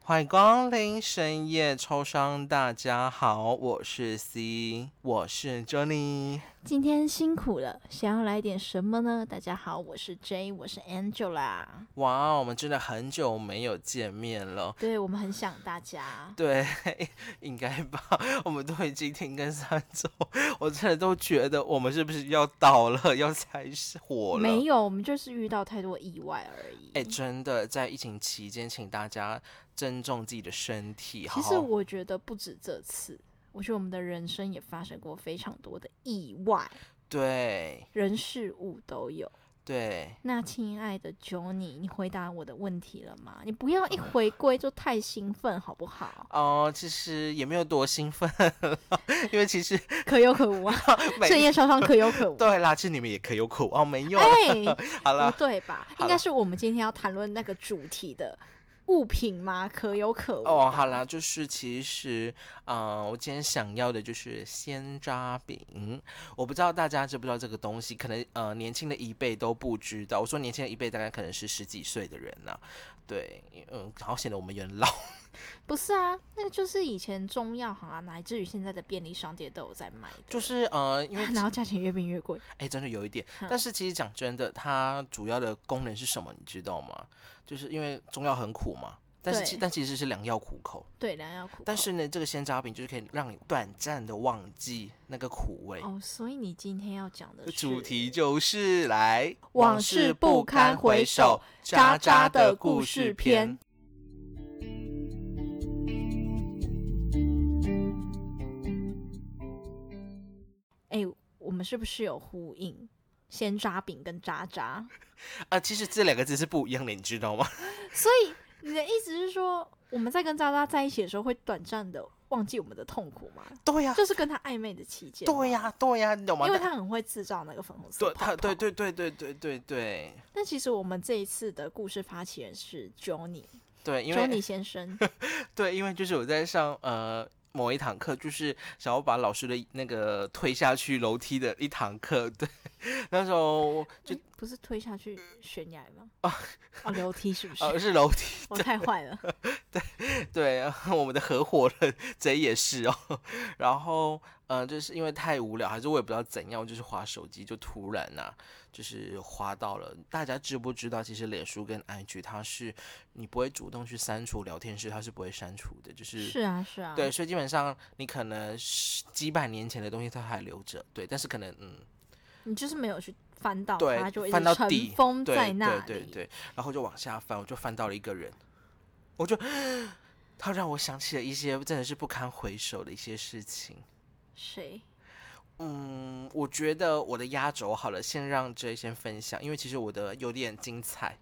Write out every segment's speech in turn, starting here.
欢迎光临深夜抽商，大家好，我是 C，我是 Johnny。今天辛苦了，想要来点什么呢？大家好，我是 J，我是 Angela。哇，我们真的很久没有见面了。对我们很想大家，对， 应该吧？ 我们都已经停更三周，我真的都觉得我们是不是要倒了，要开始火了？没有，我们就是遇到太多意外而已。哎、真的，在疫情期间，请大家珍重自己的身体。好其实好我觉得不止这次，我觉得我们的人生也发生过非常多的意外，对人事物都有。对，那亲爱的 Johnny，你回答我的问题了吗？你不要一回归就太兴奋好不 好？哦，其实也没有多兴奋， 因为其实可有可无啊，每深夜烧伤可 有可无。对啦，其实你们也可有可无哦，没有。哎、好了不，对吧？好应了该是我们今天要谈论那个主题的物品吗？可有可无。哦，好啦，就是其实，呃，我今天想要的就是鲜渣饼。我不知道大家知不知道这个东西，可能呃年轻的一辈都不知道。我说年轻的一辈，大概可能是十几岁的人呐、对，嗯，好显得我们有点老。不是啊，那个就是以前中药行啊，乃至于现在的便利商店都有在卖的，就是呃，因为 然后价钱越变越贵。哎、真的有一点嗯。但是其实讲真的，它主要的功能是什么，你知道吗？就是因为中药很苦嘛，但是其对但其实是良药苦口。对，良药苦口。但是呢，这个鲜渣饼就是可以让你短暂的忘记那个苦味。哦，所以你今天要讲的是主题就是来往事不堪回首，渣渣的故事篇。。哎、我们是不是有呼应？鲜渣饼跟渣渣， 啊，其实这两个字是不一样的，你知道吗？所以你的意思是说，我们在跟渣渣在一起的时候，会短暂的忘记我们的痛苦吗？对呀、就是跟他暧昧的期间吗，啊对呀、对呀、你懂吗？啊因为他很会制造那个粉红色对泡泡他，对。对对对对对对但其实我们这一次的故事发起人是 Johnny，Johnny 对，因为先生， 对，因为就是我在上呃。某一堂课就是想要把老师的那个推下去楼梯的一堂课，对，那时候就诶不是推下去悬崖吗？ 哦，楼梯是不 是？呃是楼梯，我太坏了。对， 我们的合伙人贼也是哦。 然后，呃，就是因为太无聊，还是我也不知道怎样，就是滑手机就突然呐、就是滑到了。大家知不知道，其实脸书跟 IG 它是你不会主动去删除聊天室，它是不会删除的，就是 是啊，是啊。对，所以基本上你可能是几百年前的东西它还留着，对，但是可能嗯，你就是没有去翻到对它，就一翻到直尘底封对在那里。对对对，然后就往下翻，我就翻到了一个人，我就他让我想起了一些真的是不堪回首的一些事情。谁？嗯，我觉得我的压轴好了，先让 J 先分享，因为其实我的有点精彩。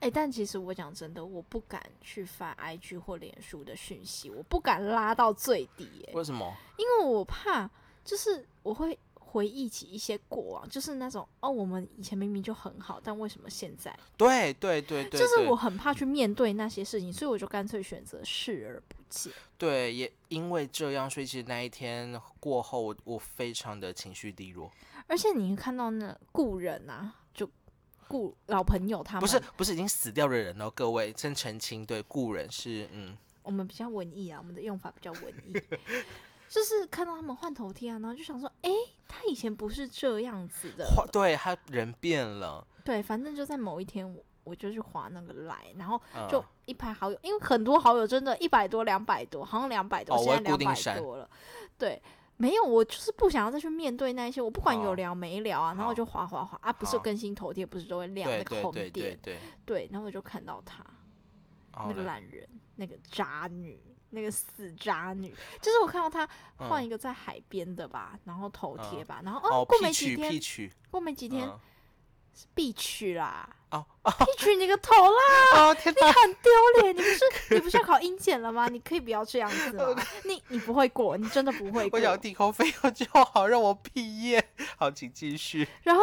哎、但其实我讲真的，我不敢去翻 IG 或脸书的讯息，我不敢拉到最低、耶为什么？因为我怕，就是我会回忆起一些过往，就是那种哦，我们以前明明就很好，但为什么现在？对对对对，就是对我很怕去面对那些事情，所以我就干脆选择视而不见。对，也因为这样，所以其实那一天过后，我我非常的情绪低落。而且你看到那故人啊，就故老朋友他们，不是不是已经死掉的人哦，各位先澄清，对故人是嗯，我们比较文艺啊，我们的用法比较文艺， 就是看到他们换头贴啊，然后就想说，哎、他以前不是这样子的，话对他人变了，对，反正就在某一天我。我就去划那个来，然后嗯、就一排好友，因为很多好友真的一百多、两百多，好像两百多，哦现在我会固两定百删多了。对，没有，我就是不想要再去面对那一些，我不管好有聊没聊啊，然后哦好我就滑滑滑啊，不是好更新头贴，不是都会亮对那个对红对对点，对，对，然后我就看到他好那个嘞懒人，那个渣女，那个死渣女，就是我看到他换嗯一个在海边的吧，然后头贴嗯吧，然后哦，过屁没曲几屁天，曲，过没几天嗯必取啦，哦必取你个头啦！哦天哪，很丢脸！你不是你不是要考英检了吗？你可以不要这样子 吗？你你不会过，你真的不会 我过。想要地空飞 要就好，让我毕业。好，请继续。然后，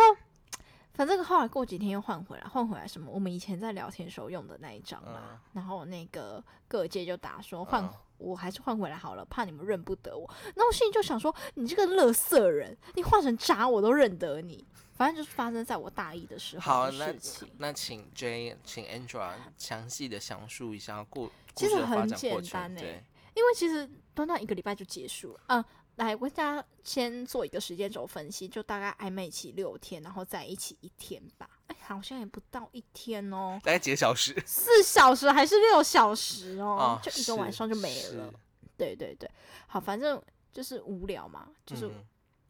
反正后来过几天又换回来，换回来什么？我们以前在聊天时候用的那一张嘛。嗯然后那个各界就打说换。嗯我还是换回来好了，怕你们认不得我。那我心里就想说，你这个乐色人，你换成渣我都认得你。反正就是发生在我大一的时候好，的那事情。那请 J，请 Angela 详细的详述一下过故其事实的发很展过简程。单欸对，因为其实短短一个礼拜就结束了。嗯、来，我跟大家先做一个时间轴分析，就大概暧昧期六天，然后在一起一天吧。哎，好像也不到一天哦，大概几个小时四小时还是六小时哦，啊，就一个晚是上就没了。。对对对，好，反正就是无聊嘛，就是是嗯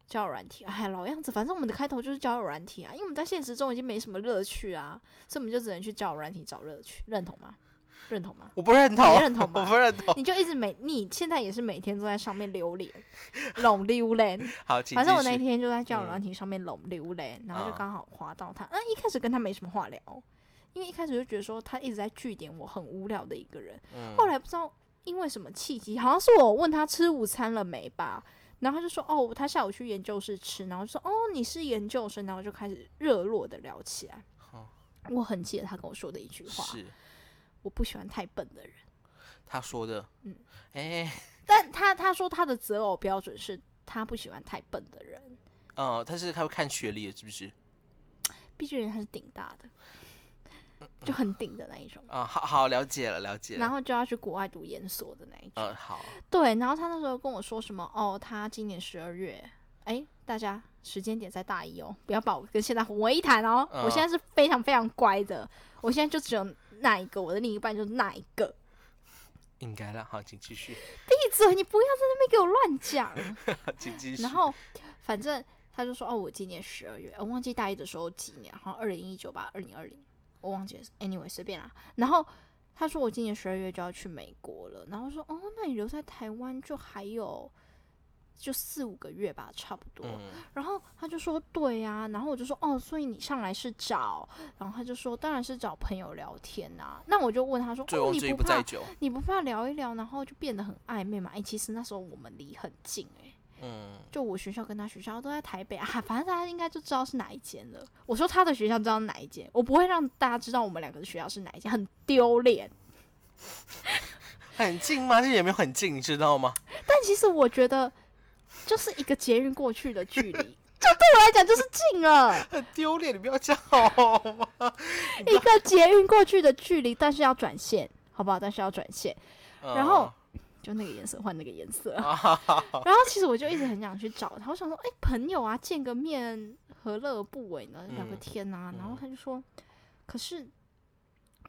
交友软体。哎，老样子，反正我们的开头就是交友软体啊，因为我们在现实中已经没什么乐趣啊，所以我们就只能去交友软体找乐趣，认同吗？认同吗？我不认同，你认同我吧不认 同。你就一直每你现在也是每天都在上面 榴莲，拢榴莲。好，请反正继我那续天就在交友嗯软体上面拢榴莲，然后就啊刚好滑到他。嗯，一开始跟他没什么话聊，因为一开始就觉得说他一直在据点我很无聊的一个人。嗯后来不知道因为什么契机，好像是我问他吃午餐了没吧，然后他就说哦，他下午去研究室吃，然后就说哦你是研究生，然后就开始热络的聊起来。哦我很记得他跟我说的一句话，是我不喜欢太笨的人。他说的，嗯，哎，但他他说他的择偶标准是他不喜欢太笨的人，哦，他是他会看学历的，是不是？毕竟人他是顶大的，就很顶的那一种，啊，好好了解了，了解然了。后就要去国外读研所的那一种。嗯，好，对，然后他那时候跟我说什么哦，他今年十二月，哎，大家时间点在大一哦，不要把我跟现在混为一谈哦。我现在是非常非常乖的，我现在就只有那一个，我的另一半就是那一个。应该了。好，请继续， 闭嘴，你不要在那边给我乱讲。好请继续。然后反正他就说哦，我今年十二月，我忘记大一的时候几年，好像二零一九吧，二零二零，我忘记了，anyway 随便啦。然后他说我今年十二月就要去美国了，然后我说哦，那你留在台湾就还有就四五个月吧，差不多。嗯，然后他就说对呀、然后我就说哦，所以你上来是找，然后他就说当然是找朋友聊天呐、那我就问他说醉哦，翁你之意不不在怕酒。你不怕聊一聊，然后就变得很暧昧嘛？哎、其实那时候我们离很近哎、嗯，就我学校跟他学校都在台北啊， 反正大家应该就知道是哪一间了。我说他的学校知道哪一间，我不会让大家知道我们两个的学校是哪一间，很丢脸。很近吗？这也没有很近，你知 道吗？但其实我觉得，就是一个捷运过去的距离，这对我来讲就是近了。很丢脸，你不要这样好 吗？一个捷运过去的距离，但是要转线，好不好？但是要转线，然后嗯就那个颜色换那个颜色。啊 然后其实我就一直很想去找他，我想说，哎、朋友啊，见个面何乐而不为呢？聊个嗯天啊。然后嗯他就说，可是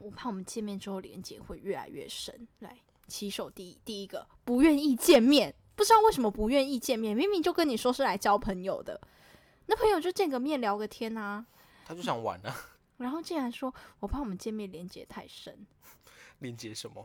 我怕我们见面之后连接会越来越深。来，起手第一第一个不愿意见面，不知道为什么不愿意见面，明明就跟你说是来交朋友的，那朋友就见个面聊个天啊。嗯他就想玩啊，然后竟然说，我怕我们见面连接太深，连接什么？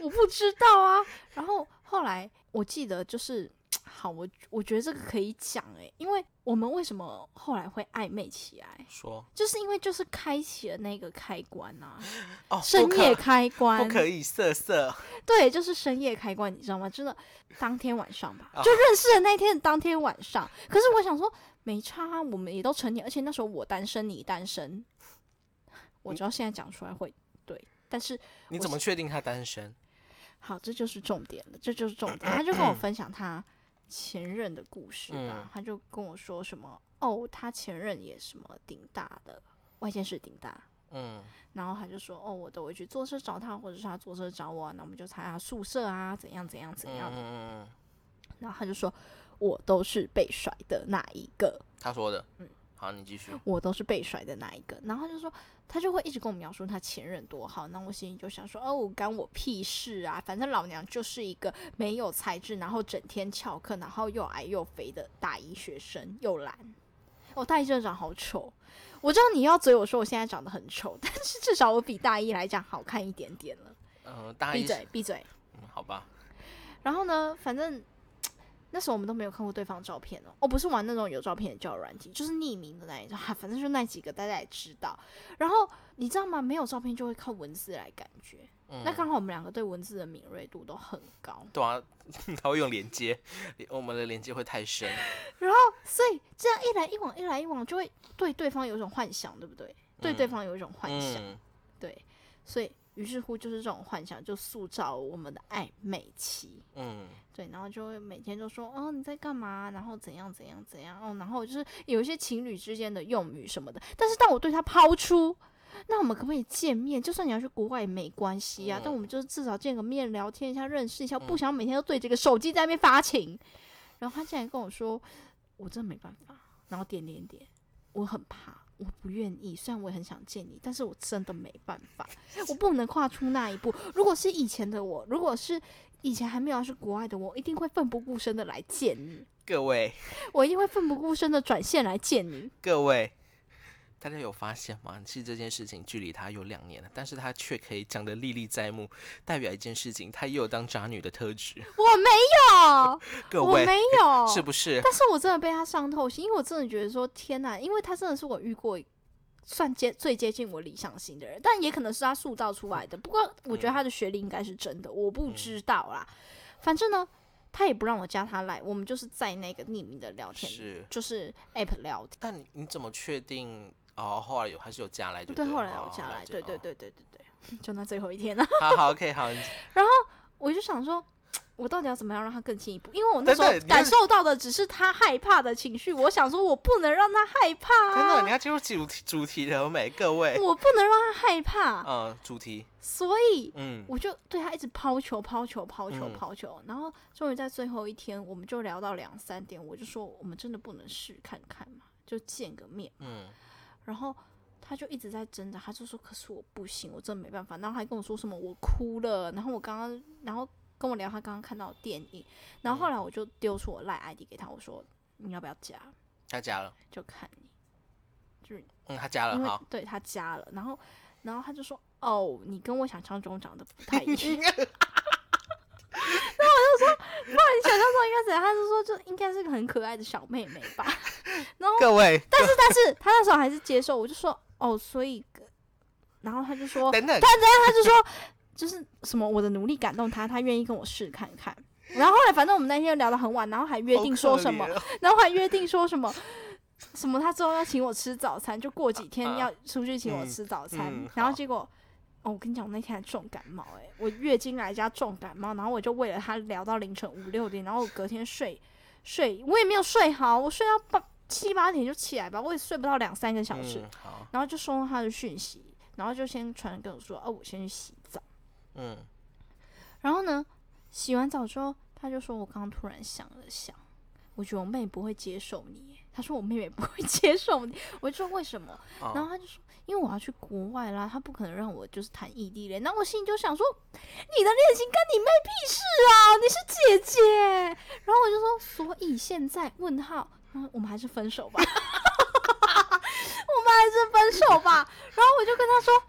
我不知道啊。然后后来我记得就是，好，我我觉得这个可以讲诶、因为我们为什么后来会暧昧起来， 说就是因为就是开启了那个开关啊，哦，深不可夜开关不，可以色色，对，就是深夜开关，你知道吗？真的，当天晚上吧，啊就认识的那天的当天晚上。可是我想说，没差啊，我们也都成年，而且那时候我单身，你单身，嗯我知道现在讲出来会对，但是你怎么确定他单身？好，这就是重点了，这就是重点。他就跟我分享他前任的故事吧，嗯他就跟我说什么哦，他前任也什么顶大的，外县市顶大。嗯，然后他就说哦，我都会去坐车找他，或者是他坐车找我啊，那我们就参加宿舍啊，怎样怎样怎样。嗯嗯嗯，然后他就说，我都是被甩的那一个，他说的。嗯好，你继续。我都是被甩的那一个。然后他就说，他就会一直跟我描述他前任多好。那我心里就想说，哦，干我屁事啊！反正老娘就是一个没有才智，然后整天翘课，然后又矮又肥的大一学生，又懒。我、大一真的长好丑。我知道你要嘴我说我现在长得很丑，但是至少我比大一来讲好看一点点了。嗯，大闭一是，嘴，闭嘴。嗯好吧。然后呢，反正那时候我们都没有看过对方的照片哦。哦，不是玩那种有照片的交友软体，就是匿名的那一种，哈、反正就那几个大家也知道。然后你知道吗？没有照片就会靠文字来感觉。嗯那刚好我们两个对文字的敏锐度都很高，对啊， 他会用连接，连我们的连接会太深。所以这样一来一往，一来一往，就会对对方有一种幻想，对不对？对对嗯方有一种幻想。嗯，对，所以于是乎就是这种幻想就塑造我们的暧昧期。嗯，对，然后就会每天就说，哦，你在干嘛？然后怎样怎样怎样？哦，然后就是有一些情侣之间的用语什么的。但是当我对他抛出那我们可不可以见面？就算你要去国外也没关系啊，但嗯我们就是至少见个面聊天一下，认识一下，不嗯想每天都对这个手机在那边发情。然后他竟然跟我说，我真的没办法，然后点点点，我很怕，我不愿意。虽然我也很想见你，但是我真的没办法， 我不能跨出那一步。如果是以前的我，如果是以前还没有要去国外的我，一定会奋不顾身的来见你，各位我一定会奋不顾身的转线来见你。各位，大家有发现吗？其实这件事情距离他有两年了，但是他却可以讲得历历在目，代表一件事情，他也有当渣女的特质。我没哦各有，我位没有， 是不是？但是我真的被他伤透心，因为我真的觉得说，天哪！因为他真的是我遇过算接最接近我理想型的人，但也可能是他塑造出来的。不过我嗯觉得他的学历应该是真的，我不知道啦。反正呢，他也不让我加他来，我们就是在那个匿名的聊天，是就是 app 聊天。但你你怎么确定？哦，后来有还是有加来就对，了后来我哦加了来，解对哦对对对对对， 就那最后一天了，好好，OK，好，你我就想说。我到底要怎么样让他更进一步？因为我等那时候等你感是受到的只是他害怕的情绪，我想说，我不能让他害怕、啊。真的，你要进入主题主题了没？各位，我不能让他害怕，嗯，主题，所以嗯，我就对他一直抛球、抛球、抛球、嗯抛球。然后终于在最后一天，我们就聊到两三点，我就说我们真的不能试看看嘛，就见个面。嗯，然后他就一直在挣扎，他就说可是我不行，我真的没办法。然后还跟我说什么我哭了，然后我刚刚，然后跟我聊他刚刚看到的电影，然后后来我就丢出我赖 ID 给他，我说你要不要加，他加了，就看你，就是嗯，他加了，因为好，对他加了，然后然后他就说：“哦，你跟我想象中长得不太 一样。”那我就说：“不然你想象中应该怎样？”他就说：“就应该是个很可爱的小妹妹吧。” 各位，但是但是他那时候还是接受，我就说：“哦，所以。”然后他就说，等等，他就说，就是什么我的努力感动他，他愿意跟我试看看。然后后来反正我们那天聊到很晚，然后还约好定可说什么怜，哦然后还约定说什么什么，他之后要请我吃早餐，就过几天要出去请我吃早餐。啊嗯嗯然后好结果，哦，我跟你讲，我那天还重感冒、欸，我月经来加重感冒，然后我就为了他聊到凌晨五六点，然后我隔天睡睡，我也没有睡好，我睡到八七八点就起来吧，我也睡不到两三个小时，嗯，好，然后就收到他的讯息，然后就先传跟我说，哦，我先去洗澡。嗯，然后呢，洗完澡之后，他就说：“我刚刚突然想了想，我觉得我妹不会接受你耶。”他说：“我妹妹不会接受你。”我就说：“为什么？”然哦，后他就说：“因为我要去国外啦，他不可能让我就是谈异地恋。”那我心里就想说：“你的恋情跟你妹屁事啊，你是姐姐。”然后我就说：“所以现在问号，嗯，我们还是分手吧，我们还是分手吧。”然后我就跟他说：“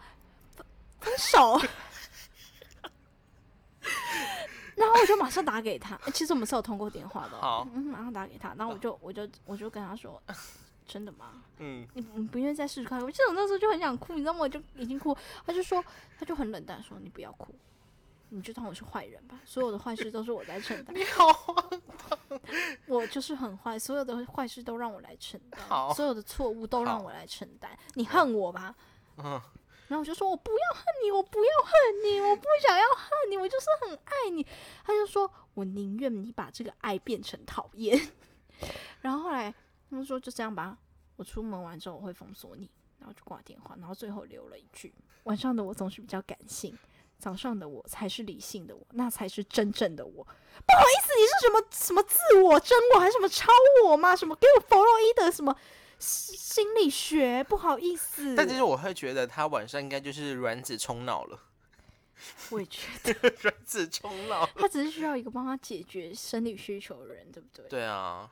分分手。”然后我就马上打给他，其实我们是有通过电话的哦、好嗯，马上打给他，然后我就我就我就跟他说：“真的吗？”嗯，你你不愿意再试试看？我记得我那时候就很想哭，你知道吗？我就已经哭，他就说，他就很冷淡地说，你不要哭，你就当我是坏人吧，所有的坏事都是我在承担，你好荒我就是很坏，所有的坏事都让我来承担，好所有的错误都让好我来承担，你恨我吧？嗯，然后我就说，我不要恨你，我不要恨你，我不想要恨你，我就是很爱你。他就说，我宁愿你把这个爱变成讨厌。 然后后来他就说，就这样吧，我出门完之后我会封锁你，然后就挂电话，然后最后留了一句：晚上的我总是比较感性，早上的我才是理性的我，那才是真正的我。不好意思，你是什么什么自我、真我还是什么超我吗？什么给我弗洛伊德什么心心理学？不好意思，但其实我会觉得他晚上应该就是卵子冲脑了，我也觉得。卵子冲脑，他只是需要一个帮他解决生理需求的人，对不对？对啊，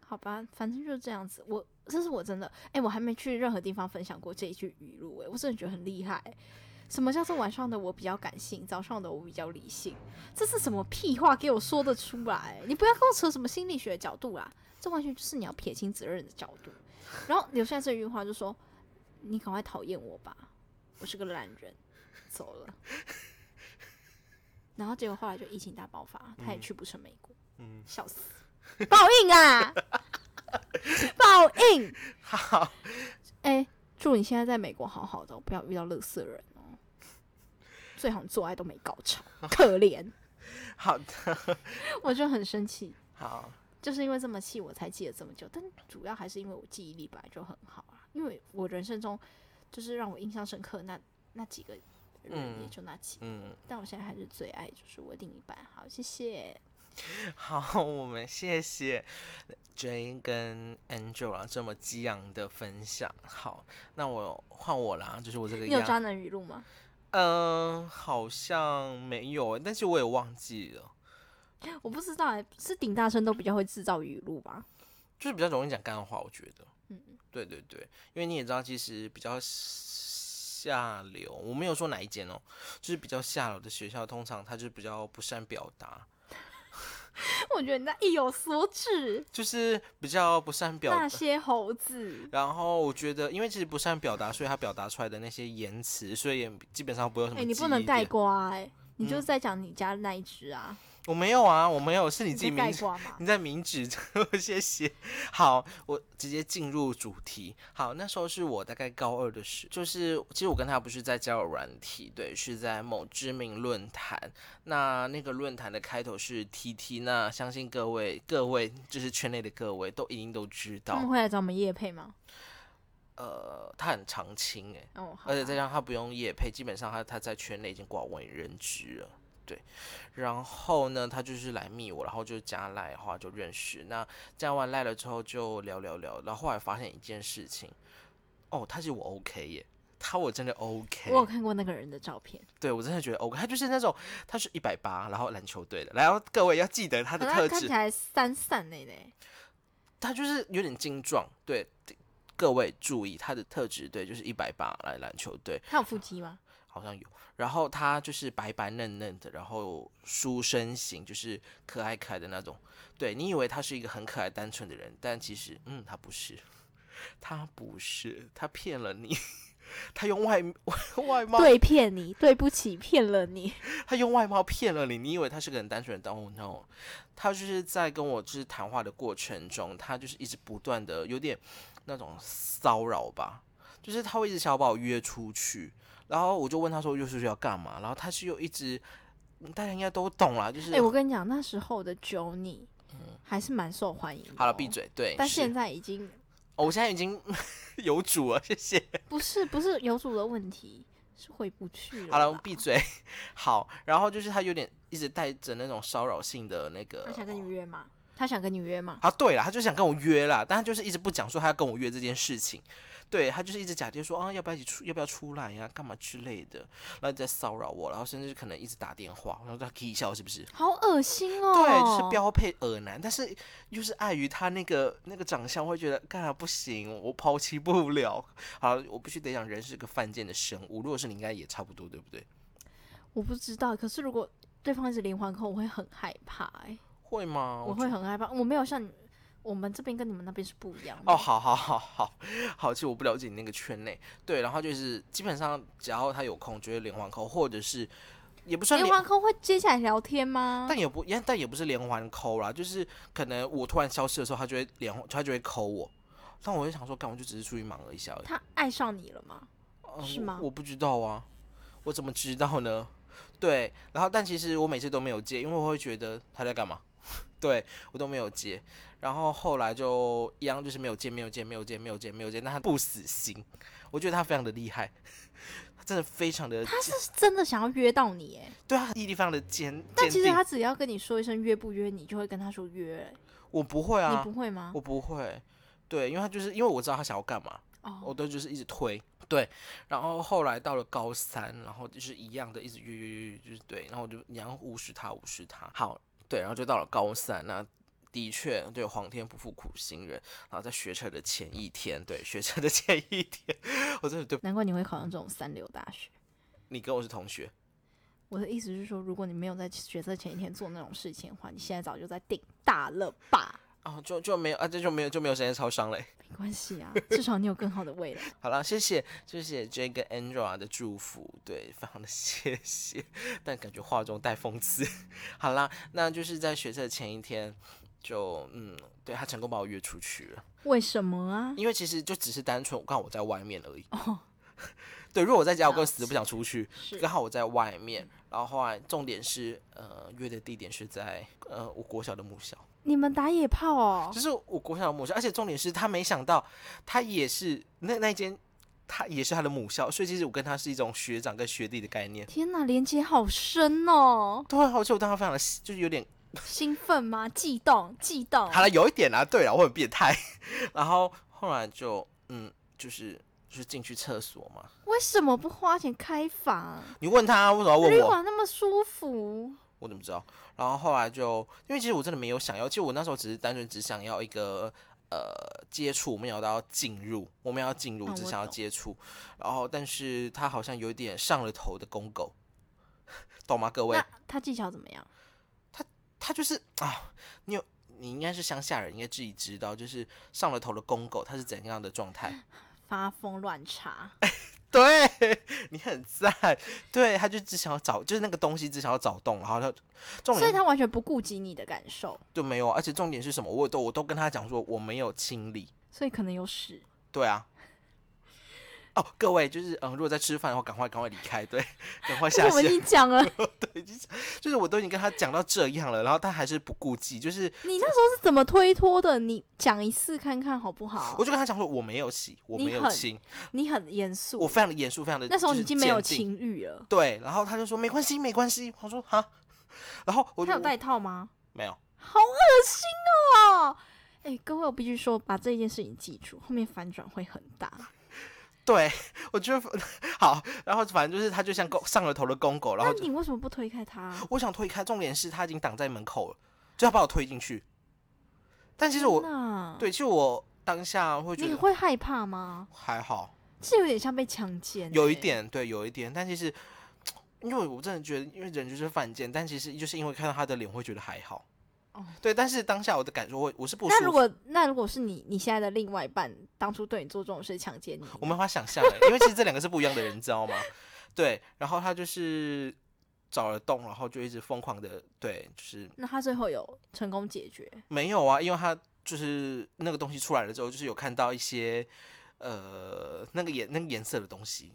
好吧，反正就是这样子。我这是我真的，哎、我还没去任何地方分享过这一句语录、哎，我真的觉得很厉害、什么叫做晚上的我比较感性，早上的我比较理性？这是什么屁话给我说得出来？你不要跟我扯什么心理学的角度啦，这完全就是你要撇清责任的角度。然后留下这句话就说：“你赶快讨厌我吧，我是个烂人，走了。” 然后结果后来就疫情大爆发，他也去不成美国。嗯，笑死，报应 啊，报应！好，哎、祝你现在在美国好好的哦，不要遇到乐色人哦。最好做爱都没高潮，可怜，好的， 我就很生气，好，就是因为这么气我才记了这么久，但主要还是因为我记忆力本来就很好啊。因为我人生中就是让我印象深刻那那几个人嗯也就那几个，嗯，但我现在还是最爱就是我另一半。好，谢谢。好，我们谢谢 J 跟 Angela 这么激昂的分享。好，那我换我啦，就是我这个你有渣样，男语录吗？嗯、好像没有，但是我也忘记了，我不知道、欸，是顶大生都比较会制造语录吧？就是比较容易讲干话，我觉得。嗯，对对对，因为你也知道，其实比较下流，我没有说哪一间哦，就是比较下流的学校，通常他就比较不善表达，我觉得你在意有所指。就是比较不善表那达。些猴子，然后我觉得，因为其实不善表达，所以他表达出来的那些言辞，所以也基本上不会有什哎、么。你不能盖。瓜哎、你嗯就是在讲你家那一只啊，我没有啊，我没有，是你你自己在明盖指，瓜嘛？你在明指， 谢谢。好，我直接进入主题。好，那时候是我大概高二的时，就是其实我跟他不是在交友软体，对，是在某知名论坛。那那个论坛的开头是 TT，那相信各位各位就是圈内的各位都一定都知道他，们会来找我们叶配吗？呃，他很常青欸诶、哦，好而且吧，再加上他不用业配，基本上他他在圈内已经广为人知了。对，然后呢，他就是来密我，然后就加赖的话就认识。那加完赖了之后就聊聊聊，然后后来发现一件事情，哦，他是我 OK 耶，他我真的 OK，我有看过那个人的照片，对我真的觉得 OK，他就是那种他是一百八，然后篮球队的，然后各位要记得他可的是特他看质起，来散散嘞嘞，他就是有点精壮，对。各位注意，他的特质对，就是一百八来篮球队，他有腹肌吗？好像有。然后他就是白白嫩嫩的，然后书生型，就是可爱可爱的那种。对你以为他是一个很可爱单纯的人，但其实，嗯，他不是，他不是，他骗了你。 他用外 外貌，对，骗你，对不起，骗了你。他用外貌骗了你。你以为他是个很单纯的人但，oh no，他就是在跟我就是谈话的过程中，他就是一直不断的有点那种骚扰吧，就是他会一直想要把我约出去，然后我就问他说约出去要干嘛，然后他是又一直，嗯大家应该都懂啦，就是、啊嗯哎、我跟你讲，那时候的 Johnny 还是蛮受欢迎的、哦好了，闭。嘴，对，但是现在已经哦我现在已经 有主了，谢谢。不是不是有主的问题，是回不去了。好了，闭。嘴。好，然后就是他有点一直带着那种骚扰性的那个，他想跟你约吗？他想跟你约吗？啊，对了，他就想跟我约啦，但他就是一直不讲说他要跟我约这件事情，对他就是一直假定说啊，要不要一起出，要不要出来呀、干嘛之类的，然后一直在骚扰我，然后甚至可能一直打电话，然后他 k 一下我是不是？好恶心哦！对，就是标配耳男，但是又是碍于他那个那个长相，会觉得干啊不行，我抛弃不了。好，我必须得讲，人是个犯贱的生物，如果是你，应该也差不多，对不对？我不知道，可是如果对方一直连环扣，我会很害怕、哎，会吗？我觉会很害怕。我没有像你，我们这边跟你们那边是不一样的。哦，，好好好好好，其实我不了解你那个圈内，对，然后就是基本上只要他有空就会连环扣，或者是也不算连连，环扣会接起来聊天吗？但也不也但也不是连环扣啦，就是可能我突然消失的时候，他就会连环他就会扣我，但我就想说，干我就只是出去忙了一下而已，他爱上你了吗？嗯是我吗我不知道啊，我怎么知道呢？对，然后但其实我每次都没有接，因为我会觉得他在干嘛， 对我都没有接。然后后来就一样，就是没有接，没有接，没有接，没有接，没有接。但他不死心，我觉得他非常的厉害，他真的非常的，他是真的想要约到你、哎，对啊，毅力非常的坚但坚其实定他。只要跟你说一声约不约，你就会跟他说约、我不会哎啊，你不会吗我？不会，对，因为他就是因为我知道他想要干嘛，我哦，都就是一直推，对，然后后来到了高三，然后就是一样的，一直约约约约，就是对，然后我就然后无视他，无视他，好，对，然后就到了高三，那的确对，皇天不负苦心人，然后在学车的前一天，对，学车的前一天， 我真的对难怪你会考上这种三流大学。你跟我是同学，我的意思是说，如果你没有在学测前一天做那种事情的话，你现在早就在顶大了吧？哦，就就没有啊，这就没有就没有时间超商嘞。没关系啊，至少你有更好的未来。好了，谢谢谢谢 J 跟 Angela 的祝福，对，非常的谢谢， 但感觉话中带讽刺。好啦，那就是在学测前一天，就嗯，对他成功把我约出去了，为什么啊？因为其实就只是单纯刚好我在外面而已。哦， 对，如果我在家，我根本了死都不想出去，是刚好我在外面，然后后来重点是，呃，约的地点是在呃我国小的母校，你们打野炮哦就？是我国小的母校，而且重点是他没想到他也是那那一间，他也是他的母校，所以其实我跟他是一种学长跟学弟的概念。天哪，连接好 ！深哦对，而且我当时非常的就是有点兴奋吗？悸动，悸动。好了，有一点啦、对了，我很变态。 然后后来就嗯，就是就是进去厕所嘛。为什么不花钱开房？你问他为什么要问旅我？馆那么舒服，我怎么知道？然后后来就因为其实我真的没有想要，其实我那时候只是单纯只想要一个呃接触，没有到进入，我们要进入，嗯只我想要懂接触。然后但是他好像有点上了头的公狗， 懂吗？各位那，他技巧怎么样？他就是啊，你有。你应该是乡下人，应该自己知道，就是上了头的公狗，它是怎样的状态。嗯发疯乱查， 对 你很赞，对，他就只想要找，就是那个东西只想要找洞，然后他重所以点他完全不顾及你的感受，就没有，而且重点是什么？我都我都跟他讲说我没有清理，所以可能有屎。对啊。哦，各位就是嗯，如果在吃饭的话，赶快赶快离开，对，赶快这下是我们已线。经 讲了，就是我都已经跟他讲到这样了，然后他还是不顾忌，就是你那时候是怎么推脱的？你讲一次看看好不好我？就跟他讲说我没有洗，我你没有很清，你很严我肃，非常的严肃，非常的那时候就你是已经没有坚定情欲了。对，然后他就说没关系没关系，我说哈，然后我就他有戴套吗？没有，好恶心哦！ 哎、各位，我必须说，把这件事情记住，后面反转会很大。对， 我觉得好，然后反正就是他就像狗上了头的公狗，然那后就你为什么不推开他？我想推开，重点是他已经挡在门口了，就要把我推进去。但其实我那，对，其实我当下会觉啊你得会害怕吗？还好，这有点像被强奸、欸有一。点对，有一点，但其实因为我真的觉得，因为人就是犯贱，但其实就是因为看到他的脸，会觉得还好。哦对，但是当下我的感受会，我是不舒那如服，果那如果是你，你现在的另外一半当初对你做这种事强奸你，我没办法想象、欸，因为其实这两个是不一样的人，你知道吗？对，然后他就是找了洞，然后就一直疯狂的，对，就是那他最后有成功解决？没有啊，因为他就是那个东西出来了之后，就是有看到一些呃那个颜那个颜色的东西。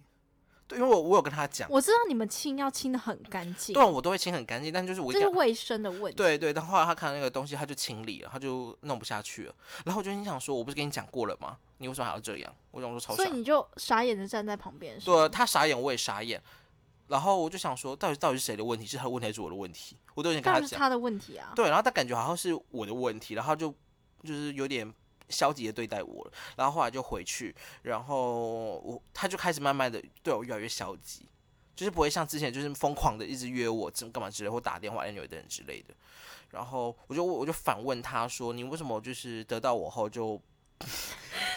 对，因为我我有跟他讲，我知道你们清要清的很干净啊对，啊，我都会清很干净，但就是我一这是讲。卫生的问题。对啊对，但后来他看到那个东西，他就清理了，他就弄不下去了。然后我就心想说，我不是跟你讲过了吗？你为什么还要这样？我想说超所傻以。你就傻眼的站在旁边，是对啊，吗他傻眼，我也傻眼。然后我就想说，到底到底是谁的问题？是他的问题还是我的问题？我都已经跟当他然是讲。他的问题啊。对，然后他感觉好像是我的问题，然后就就是有点消极的对待我了，然后后来就回去，然后我他就开始慢慢的对我越来越消极，就是不会像之前就是疯狂的一直约我怎么干嘛之类，或打电话 anyway 等等之类的，然后我就我就反问他说，你为什么就是得到我后就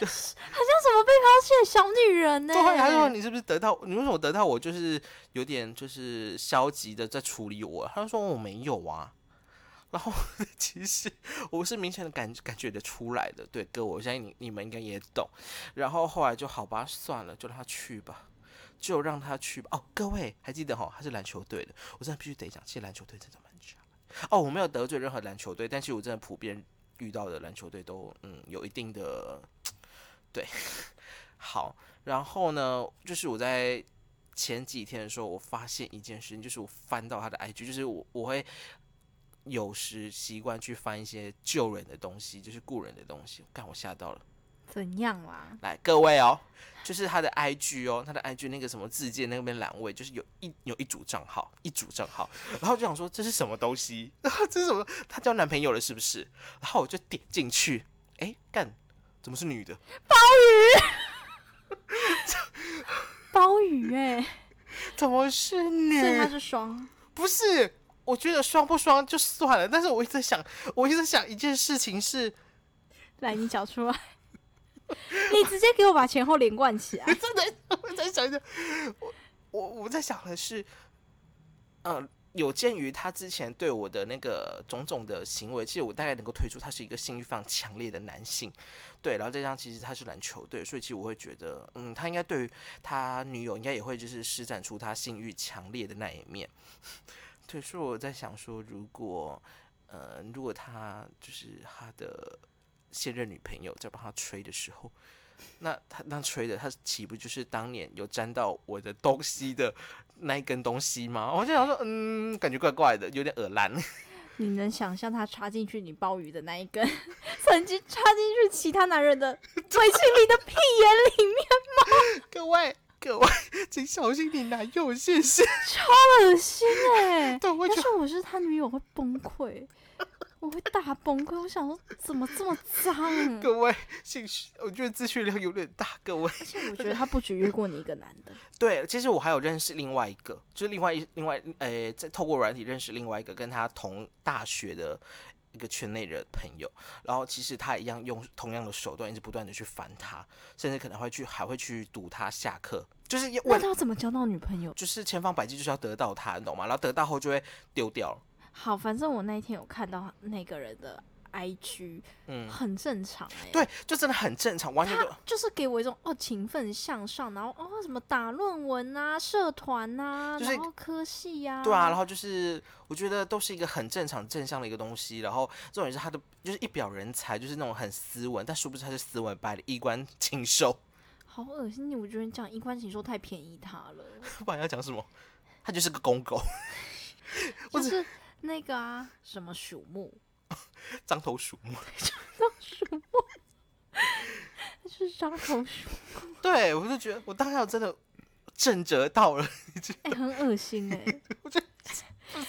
那什么被抛弃的小女人呢、欸对，他说你是不是得到？你为什么得到我就是有点就是消极的在处理我？他就说我没有啊。然后 其实我是明显的感感觉得出来的，对哥，我相信你你们应该也懂。然后后来就好吧，算了，就让他去吧，就让他去吧。哦，各位还记得哈，他是篮球队的，我真的必须得讲，其实篮球队真的蛮差的。哦，我没有得罪任何篮球队，但是我真的普遍遇到的篮球队都嗯有一定的对好。然后呢，就是我在前几天的时候，我发现一件事情，就是我翻到他的 IG，就是我我会有时习惯去翻一些旧人的东西，就是故人的东西。干，我吓到了！怎样啦？ 来，各位哦，就是他的 IG 哦，他的 IG 那个什么字界那边栏位，就是有一有一组账号，一组账号，然后就想说这是什么东西？ 啊这是什么？她交男朋友了是不是？然后我就点进去，哎，干，怎么是女的？包雨哎、怎么是女？所以他是双，不是，我觉得双不双就算了，但是我一直在想，我一直在想一件事情是，来你讲出来， 你直接给我把前后连贯起来。真的，我在想一想，我我我在想的是，呃，有鉴于他之前对我的那个种种的行为，其实我大概能够推出他是一个性欲非常强烈的男性，对，然后再加上其实他是篮球队，所以其实我会觉得，嗯，他应该对于他女友应该也会就是施展出他性欲强烈的那一面，对，所以我在想说，如果呃，如果他就是他的现任女朋友在帮他吹的时候，那他那吹的，他岂不就是当年有沾到我的东西的那一根东西吗？ 我就想说，嗯，感觉怪怪的，有点耳烂。你能想象他插进去你鲍鱼的那一根， 曾经插进去其他男人的围裙里的屁眼里面， 各位各位，请小心你男友，谢谢。 恶心哎、对，我要觉得是我是他女友，我会崩溃，我会大崩溃。我想说，怎么这么脏？啊各位兴趣，我觉得资讯量有点大，各位。而且我觉得他不止约过你一个男的，对，其实我还有认识另外一个，就是另外一另外呃，在透过软体认识另外一个跟他同大学的一个圈内的朋友，然后其实他一样用同样的手段，一直不断的去烦他，甚至可能会去还会去堵他下课，就是要那为他要怎么交到女朋友？就是千方百计就是要得到他，你懂吗？然后得到后就会丢掉，好，反正我那一天有看到那个人的 IG，嗯，很正常哎、对，就真的很正常，完全就他就是给我一种哦勤奋向上，然后哦什么打论文啊、社团啊，就是然后科系呀、对啊，然后就是我觉得都是一个很正常正向的一个东西，然后重点是他的就是一表人才，就是那种很斯文，但殊不知他是斯文败类，衣冠禽兽。 好恶心！我觉得你讲衣冠禽兽太便宜他了，不然要讲什么？他就是个公狗， 我只就是那个啊什么鼠目，獐头鼠 目。就是张头鼠，对我就觉得我当下真的震折到了， 哎、很恶心哎、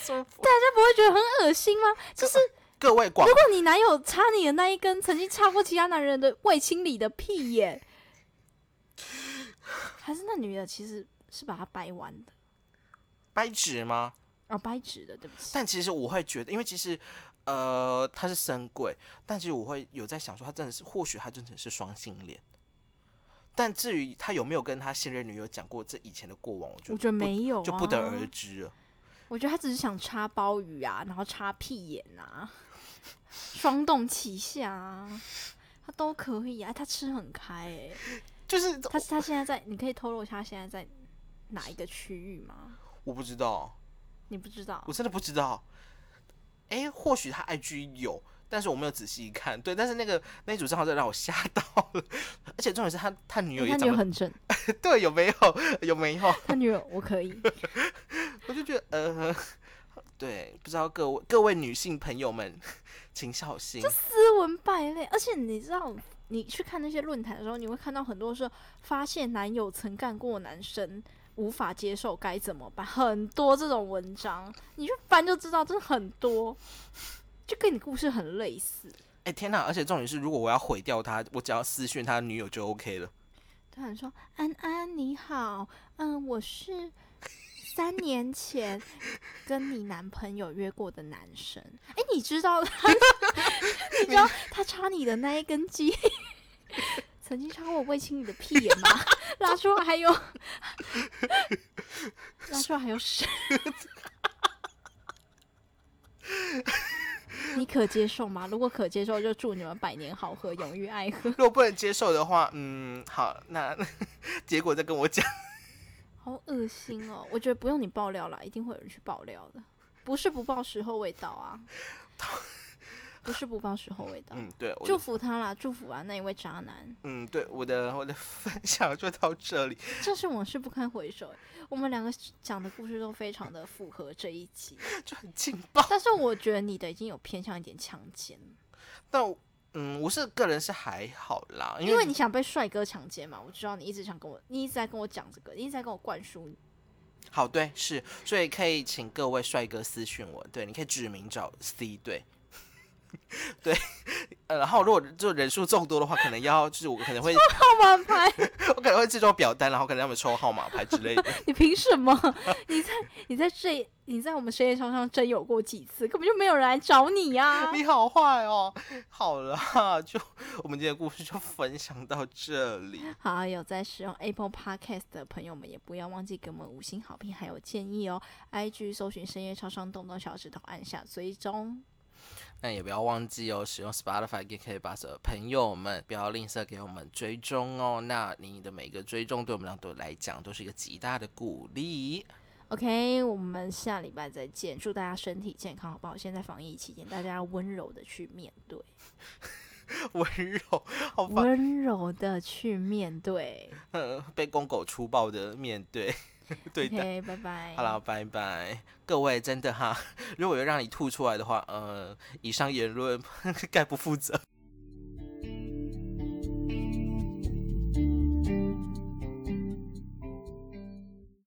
受 不了大家不会觉得很恶心吗？就是各位广如果你男友插你的那一根曾经插过其他男人的卫青里的 屁眼，还是那女的其实是把它掰弯的掰直吗？哦，掰直的，对不起。但其实我会觉得，因为其实呃他是深贵，但其实我会有在想说，他真的是或许他真的是双性恋。但至于他有没有跟他现任女友讲过这以前的过往，我觉得我觉得不没有、啊，就不得而知了。我觉得他只是想插鲍鱼啊，然后插屁眼啊， 双动旗下啊，他都可以啊，他吃很开诶、就是他他现在在，你可以透露一下他现在在哪一个区域吗？我不知道，你不知道我真的不知道。哎、或许他 IG 有，但是我没有仔细看。对，但是那个那一组账号真的让我吓到了， 而且重点是他他女友他也女长友得很正，对，有 没有有没有？他女友我可以。我就觉得呃，对，不知道各位各位女性朋友们，请小心。斯文败类，而且你知道，你去看那些论坛的时候，你会看到很多是发现男友曾干过男生，无法接受该怎么办，很多这种文章，你去翻就知道，真的很多，就跟你故事很类似。哎、天哪！而且重点是，如果我要毁掉他，我只要私讯他女友就 OK 了。 突然说：“安安你好，嗯，我是三年前跟你男朋友约过的男生。哎，你知道他， 你知道他插你的那一根鸡， 曾经插过我卫青你的屁眼吗？ 拉出来还有， 拉出来还有屎， 你可接受吗？如果可接受，就祝你们百年好合，永浴爱河。”如果不能接受的话，嗯，好，那 结果再跟我讲。好恶心哦！我觉得不用你爆料啦，一定会有人去爆料的。不是不报，时候未 到啊！不是不报，时候未到。嗯，对，我祝就福他啦，祝福啊那一位渣男，嗯，对，我的我的分享就到这里。这是往事不堪回首。我们两个讲的故事都非常的符合这一 集，就很劲爆。但是我觉得你的已经有偏向一点强奸，但我嗯，我是个人是还好啦，因因为你想被帅哥强奸嘛。我知道你一直想跟我，你一直在跟我讲这个，你一直在跟我灌输 好对是，所以可以请各位帅哥私讯我，对，你可以指名找 C 对。 对，呃，然后如果就人数众多的话，可能要就是我可 能会号码牌。我可能会制作表单，然后可能让他们抽号码牌之类的。 你凭什么？你在你在这你在我们深夜超商真有过几次，根本就没有人来找你呀、你好坏哦，好啦，就我们今天的故事就分享到这里。 好，有在使用 Apple Podcast 的朋友们，也不要忘记给我们五星好评还有建议哦。IG 搜寻深夜超商，动动小指头按下追踪。那也不要忘记哦，使用 Spotify 也可以把所有朋友们不要吝啬给我们追踪哦。那你的每个追踪对我们俩都来讲都是一个极大的鼓励。 OK，我们下礼拜再见，祝大家身体健康，好不好？现在防疫期间，大家要温柔的去面对。 温柔，好烦，温柔的去面 对。呃 被公狗粗暴的面对 对待。嘿，拜拜。好了，拜拜，各位， 真的哈，如果有让你吐出来的话，呃，以上言论概不负责。